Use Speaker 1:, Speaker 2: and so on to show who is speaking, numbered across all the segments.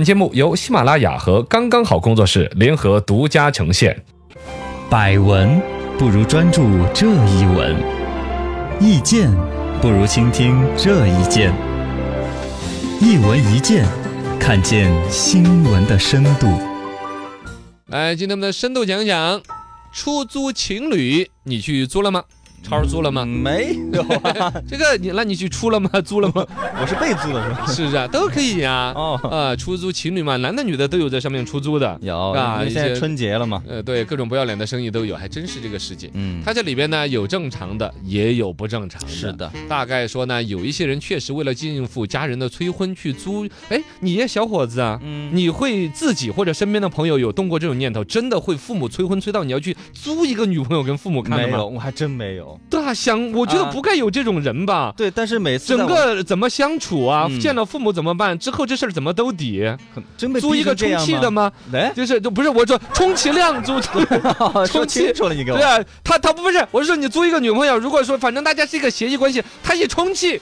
Speaker 1: 本节目由喜马拉雅和刚刚好工作室联合独家呈现。
Speaker 2: 百闻不如专注这一闻，意见不如倾听这一见。一闻一见，看见新闻的深度。
Speaker 1: 来，今天我们的深度讲讲，出租情侣，你去租了吗？超儿租了
Speaker 2: 嗯
Speaker 1: 吗？
Speaker 3: 没有啊，
Speaker 1: 这个你那你去出了吗？ 租了吗？
Speaker 3: 我是被租的是吧？
Speaker 1: 是啊，都可以呀、啊。
Speaker 3: 哦，
Speaker 1: 啊，出租情侣嘛，男的女的都有在上面出租的。
Speaker 3: 有
Speaker 1: 啊
Speaker 3: 因为
Speaker 1: 一
Speaker 3: 现在
Speaker 1: 些
Speaker 3: 春节了嘛，
Speaker 1: 呃，对，各种不要脸的生意都有，还真是这个世界。
Speaker 3: 嗯，
Speaker 1: 它这里边呢有正常的，也有不正常的。
Speaker 3: 是的，
Speaker 1: 大概说呢，有一些人确实为了应付家人的催婚去租。哎，你也小伙子啊，
Speaker 3: 嗯，
Speaker 1: 你会自己或者身边的朋友有动过这种念头？真的会父母催婚催到你要去租一个女朋友跟父母看的
Speaker 3: 没有，
Speaker 1: 吗？
Speaker 3: 我还真没有。
Speaker 1: 大香，我觉得
Speaker 3: 啊
Speaker 1: 不该有这种人吧。
Speaker 3: 对，但是每次在
Speaker 1: 整
Speaker 3: 我
Speaker 1: 个怎么相处啊？
Speaker 3: 嗯
Speaker 1: 见了父母怎么办？之后这事儿怎么都抵，
Speaker 3: 可真被
Speaker 1: 租一
Speaker 3: 逼
Speaker 1: 个
Speaker 3: 成这
Speaker 1: 充
Speaker 3: 样
Speaker 1: 气的
Speaker 3: 吗？
Speaker 1: 吗？
Speaker 3: 哎，
Speaker 1: 就是就不是我说充其量 租，
Speaker 3: 说
Speaker 1: 充气
Speaker 3: 清楚了，你给我
Speaker 1: 对。啊，他他不是，我是说你租一个女朋友，如果说反正大家是一个协议关系，他一充气，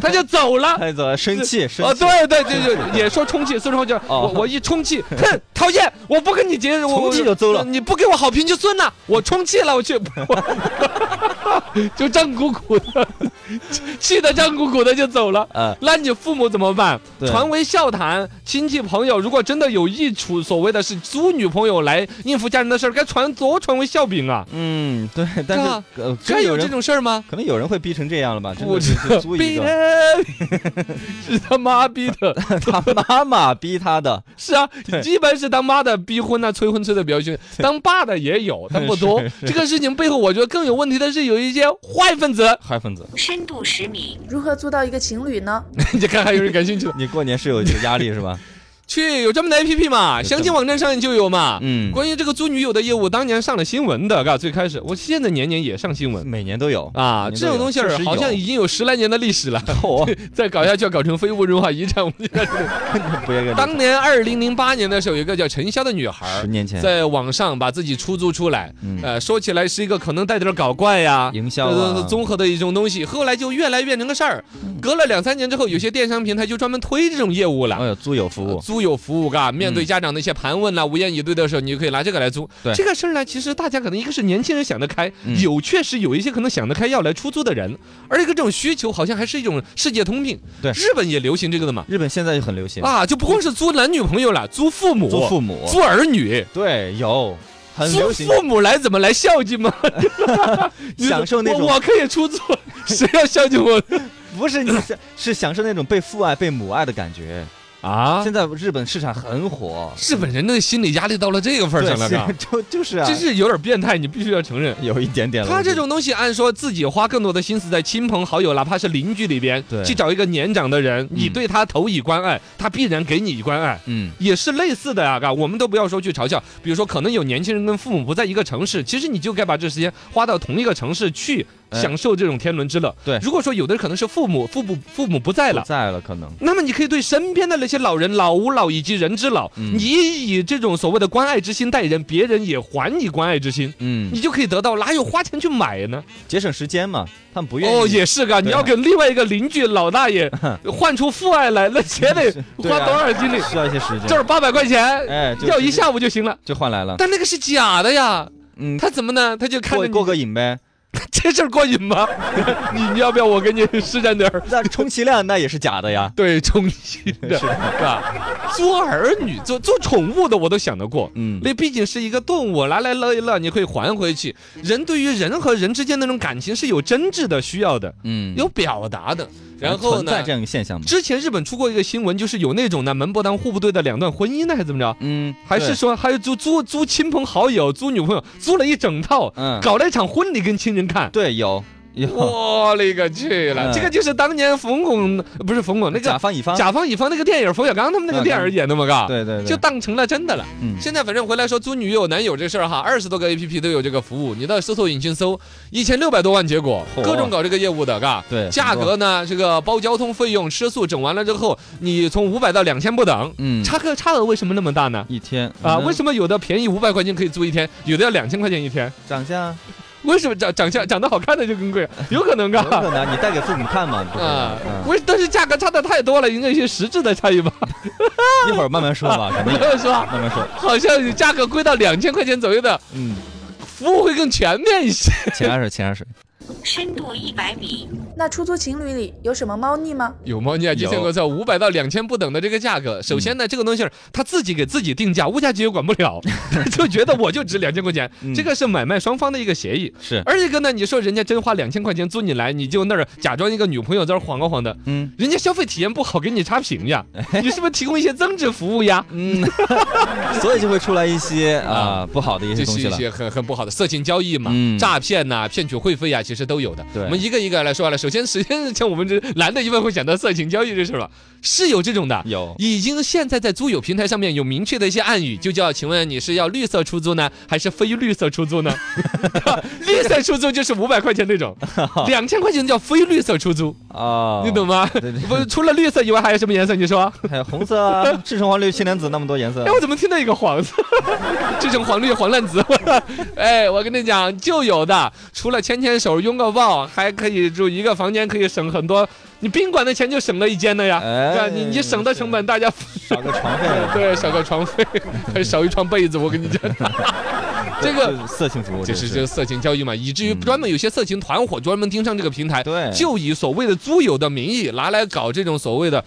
Speaker 1: 他就走了。
Speaker 3: 太走了，生气，生
Speaker 1: 哦，
Speaker 3: 气。
Speaker 1: 对对对对，也说充气，孙红就我
Speaker 3: 哦
Speaker 1: 我一充气，哼，讨厌，我不跟你结，我
Speaker 3: 充气就走了
Speaker 1: 你不给我好评就算了，我充气了，我去， 我就胀鼓鼓的，气得胀鼓鼓的就走了。
Speaker 3: 呃，
Speaker 1: 那你父母怎么办？
Speaker 3: 对
Speaker 1: 传为笑谈，亲戚朋友如果真的有意处所谓的是租女朋友来应付家人的事儿，该传多传为笑柄啊！
Speaker 3: 嗯，对，但
Speaker 1: 这
Speaker 3: 是
Speaker 1: 样
Speaker 3: 呃，真
Speaker 1: 该有这
Speaker 3: 人，
Speaker 1: 种事儿吗？
Speaker 3: 可能有人会逼成这样了吧？真
Speaker 1: 我
Speaker 3: 的是
Speaker 1: 这
Speaker 3: 去租一
Speaker 1: 逼
Speaker 3: 个，
Speaker 1: 的， 是他妈逼的，
Speaker 3: 他妈妈逼他的，
Speaker 1: 是啊，
Speaker 3: 对
Speaker 1: 一般是当妈的逼婚啊，催婚催的比较 凶，当爸的也 有，但不多。这个事情背后，我觉得更有问题的是有一些坏分子。
Speaker 3: 嗨，分子，
Speaker 4: 深度十米，
Speaker 5: 如何做到一个情侣呢？
Speaker 1: 你看还有人感兴趣的，
Speaker 3: 你过年是有有压力是吧？
Speaker 1: 去有专门的 APP 嘛，相亲网站上面就有嘛。
Speaker 3: 嗯，
Speaker 1: 关于这个租女友的业务，当年上了新闻的，嘎，最开始，我现在年年也上新闻
Speaker 3: 每年都有
Speaker 1: 啊。
Speaker 3: 每年
Speaker 1: 这种
Speaker 3: 都有
Speaker 1: 东西
Speaker 3: 确
Speaker 1: 儿
Speaker 3: 实
Speaker 1: 好像
Speaker 3: 有
Speaker 1: 已经有哦十来年的历史 了，
Speaker 3: 我
Speaker 1: 再搞下去要搞成非物质文化遗产。我们就
Speaker 3: 不要跟
Speaker 1: 当年二零零八年的时候，有一个叫陈潇的女孩
Speaker 3: 十
Speaker 1: 儿，
Speaker 3: 年前
Speaker 1: 在网上把自己出租出来，
Speaker 3: 嗯
Speaker 1: 呃，说起来是一个可能带点儿搞怪呀、
Speaker 3: 营销
Speaker 1: 呃
Speaker 3: 啊，嗯
Speaker 1: 综合的一种东西，后来就越来越成个事儿。隔了两三年之后，有些电商平台就专门推这种业务了呃
Speaker 3: 哎。呦，租有服务，嗯
Speaker 1: 租有服务嘎，面对家长的一些盘问呐、无言以对的时候，你就可以拿这个来租。
Speaker 3: 对
Speaker 1: 这个事儿呢，其实大家可能一个是年轻人想得开，
Speaker 3: 嗯
Speaker 1: 有确实有一些可能想得开要来出租的人，而一个这种需求好像还是一种世界通病。
Speaker 3: 对
Speaker 1: 日本也流行这个的嘛，
Speaker 3: 日本现在就很流行，
Speaker 1: 啊，就不光是租男女朋友了，租父母、
Speaker 3: 租父母，
Speaker 1: 租儿女。
Speaker 3: 对，有很
Speaker 1: 租
Speaker 3: 流行，
Speaker 1: 父母来怎么来孝敬 吗？
Speaker 3: 享受那种
Speaker 1: 我我可以出 租，谁要孝敬我
Speaker 3: 不是你是 是享受那种被父爱、被母爱的感觉。
Speaker 1: 啊？
Speaker 3: 现在日本市场很火，
Speaker 1: 日本人的心理压力到了这个份儿上了，
Speaker 3: 对
Speaker 1: 嘎
Speaker 3: 是就就是啊，
Speaker 1: 真是有点变态，你必须要承认。
Speaker 3: 有一点点了。
Speaker 1: 他
Speaker 3: 我觉
Speaker 1: 这
Speaker 3: 得
Speaker 1: 种东西，按说自己花更多的心思在亲朋好友，哪怕是邻居里边，
Speaker 3: 对
Speaker 1: 去找一个年长的人，你对他投以关爱，他必然给你关爱。
Speaker 3: 嗯，
Speaker 1: 也是类似的呀、啊嘎，我们都不要说去嘲笑，比如说可能有年轻人跟父母不在一个城市，其实你就该把这时间花到同一个城市去
Speaker 3: 哎
Speaker 1: 享受这种天伦之乐。
Speaker 3: 对
Speaker 1: 如果说有的可能是父母父母父母不在
Speaker 3: 不
Speaker 1: 了。
Speaker 3: 在了，可能
Speaker 1: 那么你可以对身边的那些老人、老吾老以及人之老，
Speaker 3: 嗯
Speaker 1: 你以这种所谓的关爱之心待人，别人也还你关爱之心，
Speaker 3: 嗯
Speaker 1: 你，就可以得到，哪有花钱去买呢？
Speaker 3: 节省时间嘛，他们不愿意。
Speaker 1: 哦，也是噶，你
Speaker 3: 对
Speaker 1: 要给另外一个邻居老大 爷换出父爱来，那也得
Speaker 3: 对啊
Speaker 1: 花多少精力？
Speaker 3: 需要一些时间。
Speaker 1: 这儿八百块钱，
Speaker 3: 哎，就
Speaker 1: 要
Speaker 3: 是
Speaker 1: 一下午就行了。
Speaker 3: 就换来了。
Speaker 1: 但那个是假的呀，
Speaker 3: 嗯，
Speaker 1: 他怎么呢？他就看着
Speaker 3: 过
Speaker 1: 你
Speaker 3: 过个瘾呗。
Speaker 1: 这事儿过瘾 吗？你你要不要我给你施展点儿？
Speaker 3: 那充其量那也是假的呀。
Speaker 1: 对， 充气的是吧？做儿女、做做宠物的，我都想得过。
Speaker 3: 嗯，
Speaker 1: 那毕竟是一个动物，拿来乐一乐，你可以还回去。人对于人和人之间那种感情是有真挚的需要的，
Speaker 3: 嗯，
Speaker 1: 有表达的。然后
Speaker 3: 存
Speaker 1: 呢？
Speaker 3: 在这样一个现象嘛。
Speaker 1: 之前日本出过一个新闻，就是有那种呢门不当户不对的两段婚姻呢，还是怎么着？
Speaker 3: 嗯，
Speaker 1: 还是
Speaker 3: 对
Speaker 1: 说还有租租租亲朋好友、租女朋友，租了一整套，
Speaker 3: 嗯
Speaker 1: 搞了一场婚礼跟亲人 看。
Speaker 3: 对有有
Speaker 1: 我勒个去了！
Speaker 3: 嗯
Speaker 1: 这个就是当年冯巩不是冯巩那
Speaker 3: 甲
Speaker 1: 个
Speaker 3: 方乙方。
Speaker 1: 甲方乙方那个电影，冯小刚他们那个
Speaker 3: 嗯
Speaker 1: 电影演的嘛，嘎，
Speaker 3: 对对对，
Speaker 1: 就当成了真的了。
Speaker 3: 嗯
Speaker 1: 现在反正回来说租女友、男友这事儿哈，二十多个 A P P 都有这个服务，你到搜索引擎搜，一千六百多万结果，
Speaker 3: 嚯
Speaker 1: 各种搞这个业务的，嘎。
Speaker 3: 对
Speaker 1: 价格呢，这个包交通费用、吃宿整完了之后，你从五百到两千不等，
Speaker 3: 嗯
Speaker 1: 差个差额为什么那么大呢？
Speaker 3: 一天
Speaker 1: 啊，为
Speaker 3: 么
Speaker 1: 什么有的便宜五百块钱可以租一天，有的要两千块钱一天？
Speaker 3: 涨价？
Speaker 1: 为什么长长相长得好看的就更贵？有可能
Speaker 3: 有可
Speaker 1: 噶。
Speaker 3: 能你带给父母看嘛？不可
Speaker 1: 啊
Speaker 3: 能，嗯
Speaker 1: 为但是价格差的太多了，应该有些实质的差异吧？
Speaker 3: 一会儿慢慢说 吧，肯定
Speaker 1: 没有是吧？
Speaker 3: 慢慢说。
Speaker 1: 好像你价格贵到两千块钱左右的
Speaker 3: 嗯，
Speaker 1: 服务会更全面一些。
Speaker 3: 潜下水，潜下水。
Speaker 4: 深度一百米，
Speaker 5: 那出租情侣里有什么猫腻吗？
Speaker 1: 有嗯猫腻啊！之前
Speaker 3: 有
Speaker 1: 我操，五百到两千不等的这个价格，首先呢，这个东西儿他自己给自己定价，物价局也管不 了，就觉得我就值两千块钱，
Speaker 3: 嗯
Speaker 1: 这个是买卖双方的一个协议。
Speaker 3: 是，
Speaker 1: 而一个呢，你说人家真花两千块钱租你来，你就那儿假装一个女朋友在那儿晃啊晃的，
Speaker 3: 嗯
Speaker 1: 人家消费体验不好给你差评 呀，你是不是提供一些增值服务呀？
Speaker 3: 嗯， 所以就会出来一些啊不好的一些
Speaker 1: 这
Speaker 3: 东
Speaker 1: 是
Speaker 3: 西
Speaker 1: 一
Speaker 3: 了。
Speaker 1: 些很很不好的色情交易嘛，
Speaker 3: 嗯
Speaker 1: 诈骗呐、骗取会费呀、其实都有的。
Speaker 3: 对
Speaker 1: 我们一个一个来说了。首先，首先像我们这男的，一般会想到色情交易这事儿吧，是有这种的。
Speaker 3: 有
Speaker 1: 已经现在在租友平台上面有明确的一些暗语，就叫请问你是要绿色出租呢，还是非绿色出租呢？ 绿色出租就是五百块钱那 种，两千块钱叫非绿色出租，
Speaker 3: 啊，
Speaker 1: 你懂吗？
Speaker 3: 对对
Speaker 1: 不是，除了绿色以外还有什么颜色？你说？
Speaker 3: 还有红色 啊，赤橙黄绿青蓝紫那么多颜色
Speaker 1: 哎，，我怎么听到一个黄色？ 这种黄绿黄烂紫， 哎，我跟你讲，就有的，除了牵牵手、拥个抱，还可以住一个房间，可以省很多。你宾馆的钱就省了一间了呀，
Speaker 3: 哎
Speaker 1: 对吧？你你省的成本，大家
Speaker 3: 少个床费。
Speaker 1: 对少个床费，还少一床被子。我跟你讲， 这个
Speaker 3: 是色情服务，
Speaker 1: 这
Speaker 3: 这
Speaker 1: 是
Speaker 3: 是
Speaker 1: 这个色情交易嘛，以至于
Speaker 3: 嗯
Speaker 1: 专门有些色情团伙专门盯上这个平台，
Speaker 3: 对
Speaker 1: 就以所谓的租友的名义拿来搞这种所谓的，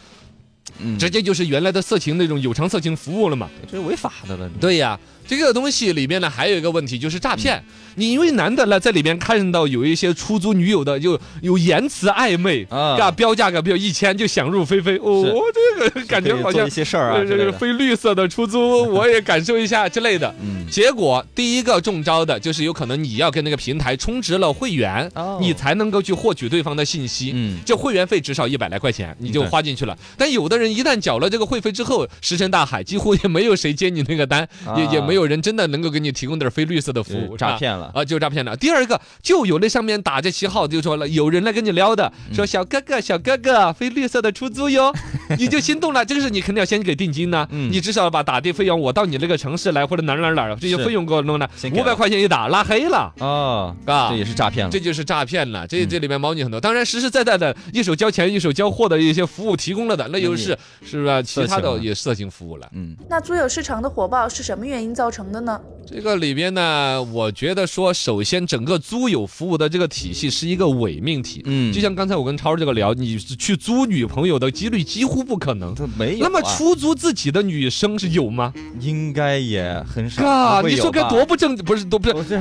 Speaker 3: 嗯
Speaker 1: 直接就是原来的色情那种有偿色情服务了嘛。
Speaker 3: 这是违法的了。
Speaker 1: 对呀，这个东西里面呢还有一个问题就是诈骗。
Speaker 3: 嗯
Speaker 1: 你因为男的呢在里面看到有一些出租女友的，就有言辞暧昧
Speaker 3: 啊
Speaker 1: 啊，标价个比如一千就想入非非，哦
Speaker 3: 是，
Speaker 1: 这个感觉
Speaker 3: 可以
Speaker 1: 好
Speaker 3: 做
Speaker 1: 像
Speaker 3: 一些事儿啊
Speaker 1: 呃
Speaker 3: 之
Speaker 1: 这
Speaker 3: 类
Speaker 1: 个
Speaker 3: 的。
Speaker 1: 非绿色的出 租，我也感受一下之类的。
Speaker 3: 嗯，
Speaker 1: 结果第一个中招的就是有可能你要跟那个平台充值了会员，
Speaker 3: 哦
Speaker 1: 你才能够去获取对方的信息。
Speaker 3: 嗯
Speaker 1: 这会员费至少一百来块钱，你就
Speaker 3: 对
Speaker 1: 花进去了。但有的人一旦缴了这个会费之后，石沉大海，几乎也没有谁接你那个单，也也
Speaker 3: 啊
Speaker 1: 没有人真的能够给你提供点非绿色的服务，
Speaker 3: 就是诈
Speaker 1: 是吧。
Speaker 3: 骗了。
Speaker 1: 啊，就诈骗了。第二个就有那上面打着旗号，就说了有人来跟你撩的，
Speaker 3: 嗯
Speaker 1: 说小哥哥，小哥哥，非绿色的出租 哟，你就心动了。这个是你肯定要先给定金呢，
Speaker 3: 嗯
Speaker 1: 你至少把打的费用，我到你那个城市来或者哪儿哪儿哪儿这些
Speaker 3: 是
Speaker 1: 费用给我弄了
Speaker 3: 先，给
Speaker 1: 五
Speaker 3: 了
Speaker 1: 百块钱一打，拉黑了。
Speaker 3: 哦，
Speaker 1: 啊
Speaker 3: 这也是诈骗了
Speaker 1: 这。就是诈骗了，
Speaker 3: 嗯
Speaker 1: 这这里面猫腻很多。当然，实实在在的一手交钱一手交货的一些服务提供了的，那又是是吧？其他
Speaker 3: 嗯色情
Speaker 1: 的
Speaker 3: 了
Speaker 1: 也色情服务了。
Speaker 3: 嗯，
Speaker 5: 那租友市场的火爆是什么原因造成的呢？
Speaker 1: 这个里边呢，我觉得说，首先整个租友服务的这个体系是一个伪命题。
Speaker 3: 嗯
Speaker 1: 就像刚才我跟超儿这个聊，你去租女朋友的几率几乎不可能。
Speaker 3: 这没有
Speaker 1: 那
Speaker 3: 啊。
Speaker 1: 么出租自己的女生是有吗？
Speaker 3: 应该也很少。
Speaker 1: 啊，
Speaker 3: 不会
Speaker 1: 你
Speaker 3: 有
Speaker 1: 说该
Speaker 3: 吧
Speaker 1: 多不正，不是多不是？
Speaker 3: 我这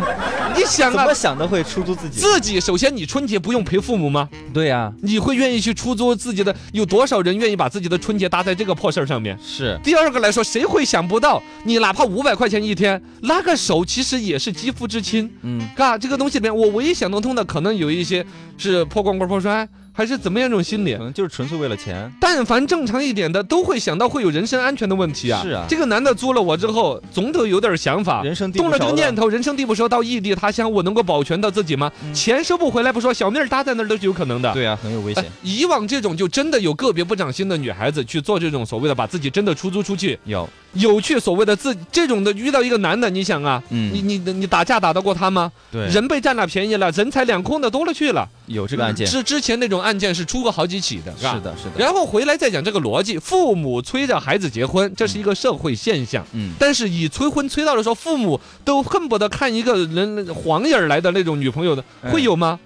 Speaker 1: 你想
Speaker 3: 怎
Speaker 1: 啊
Speaker 3: 么，想的会出租自己？
Speaker 1: 自己首先你春节不用陪父母吗？
Speaker 3: 对呀，
Speaker 1: 你会愿意去出租自己的？有多少人愿意把自己的春节搭在这个破事儿上面？
Speaker 3: 是
Speaker 1: 第二个来说，谁会想不到，你哪怕五百块钱一天，拉个手其实也是肌肤之亲。
Speaker 3: 嗯，
Speaker 1: 嘎，这个东西里面，我唯一想得通的，可能有一些是破罐罐破摔，还是怎么样一种心理
Speaker 3: 可。能就是纯粹为了钱。
Speaker 1: 但凡正常一点的，都会想到会有人身安全的问题啊。
Speaker 3: 是啊
Speaker 1: 这个男的租了我之后，总得有点想法。
Speaker 3: 人生地不
Speaker 1: 动了这个
Speaker 3: 熟的
Speaker 1: 念头，人生地不熟，到异地他乡，我能够保全到自己吗？
Speaker 3: 嗯
Speaker 1: 钱收不回来不说，小命儿搭在那儿都是有可能的。
Speaker 3: 对啊，很有危
Speaker 1: 哎。
Speaker 3: 险。
Speaker 1: 以往这种就真的有个别不长心的女孩子去做这种所谓的把自己真的出租出去，
Speaker 3: 有，
Speaker 1: 有去所谓的自这种的遇到一个男的，你想啊，
Speaker 3: 嗯
Speaker 1: 你你你打架打得过他吗？
Speaker 3: 对
Speaker 1: 人被占了便宜了，人财两空的多了去了。
Speaker 3: 有这个案件。
Speaker 1: 之之前那种案件是出过好几起的，是吧
Speaker 3: 是。的，是的。
Speaker 1: 然后回来再讲这个逻辑，父母催着孩子结婚，这是一个社会现象。
Speaker 3: 嗯，
Speaker 1: 但是以催婚催到的时候，父母都恨不得看一个人黄眼儿来的那种女朋友的，
Speaker 3: 哎
Speaker 1: 会有吗？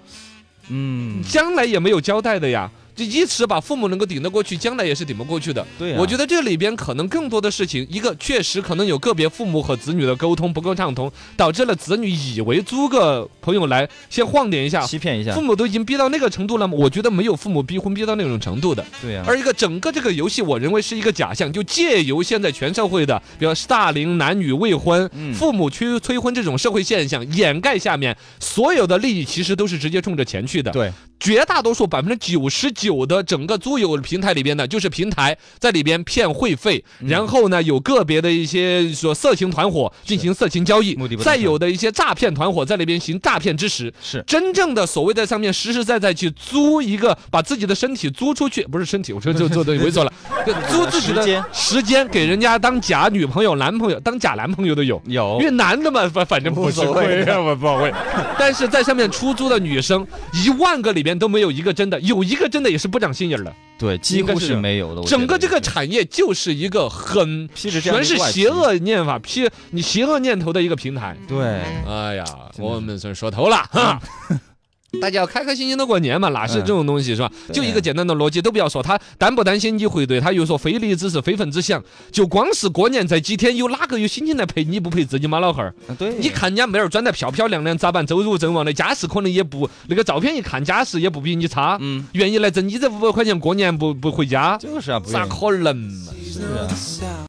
Speaker 3: 嗯，
Speaker 1: 将来也没有交代的呀。就一时把父母能够顶得过去，将来也是顶不过去的。
Speaker 3: 对啊
Speaker 1: 我觉得这里边可能更多的事情，一个确实可能有个别父母和子女的沟通不够畅通，导致了子女以为租个朋友来先晃点一下，
Speaker 3: 欺骗一下
Speaker 1: 啊父。母都已经逼到那个程度了吗？我觉得没有父母逼婚逼到那种程度的。
Speaker 3: 对啊呀，
Speaker 1: 而一个整个这个游戏，我认为是一个假象，就借由现在全社会的，比如大龄男女未婚、
Speaker 3: 嗯
Speaker 1: 父母催催婚这种社会现象，掩盖下面所有的利益，其实都是直接冲着钱去的。
Speaker 3: 对，
Speaker 1: 绝大多数百分之九十九的整个租友平台里边呢，就是平台在里边骗会费，
Speaker 3: 嗯
Speaker 1: 然后呢有个别的一些说色情团伙进行色情交易
Speaker 3: 目的，不
Speaker 1: 再
Speaker 3: 单纯
Speaker 1: 有的一些诈骗团伙在里边行诈骗之实。
Speaker 3: 是
Speaker 1: 真正的所谓在上面实实在在去租一个，把自己的身体租出去，不是身体，我 说就做的猥琐了，就租自己
Speaker 3: 时间
Speaker 1: 的时间给人家当假女朋友、男朋友、当假男朋友的有。
Speaker 3: 有
Speaker 1: 因为男的嘛，反反正不吃
Speaker 3: 无所
Speaker 1: 亏
Speaker 3: 谓
Speaker 1: 啊，无所谓。 但是在上面出租的女生，一万个里边都没有一个真的，有一个真的也是不长心眼儿的。
Speaker 3: 对，几
Speaker 1: 应该
Speaker 3: 乎
Speaker 1: 是
Speaker 3: 是没有的。我觉得
Speaker 1: 整个这个
Speaker 3: 也是
Speaker 1: 产业就是一个很
Speaker 3: 披着这
Speaker 1: 全
Speaker 3: 样的
Speaker 1: 是
Speaker 3: 外
Speaker 1: 邪
Speaker 3: 皮
Speaker 1: 恶念法、披你邪恶念头的一个平台。
Speaker 3: 对，
Speaker 1: 哎呀，
Speaker 3: 真的
Speaker 1: 我们算说头了 哈。大家要开开心心的过年嘛，哪是这种东西是吧？
Speaker 3: 嗯对
Speaker 1: 就一个简单的逻辑，都不要说他担不担心你会对他有所非礼之事、非分之想。就光是过年这几天，有哪个有心情来陪你不陪自己妈老汉儿？
Speaker 3: 嗯对，
Speaker 1: 你看人家妹儿转得漂漂亮亮，打扮走入正旺的，家世可能也不那个照片一看，家世也不比你差。
Speaker 3: 嗯，
Speaker 1: 愿意来挣你这五百块钱过年不不回家，
Speaker 3: 就是啊，不
Speaker 1: 咋
Speaker 3: 愿意
Speaker 1: 可能嘛？
Speaker 3: 是啊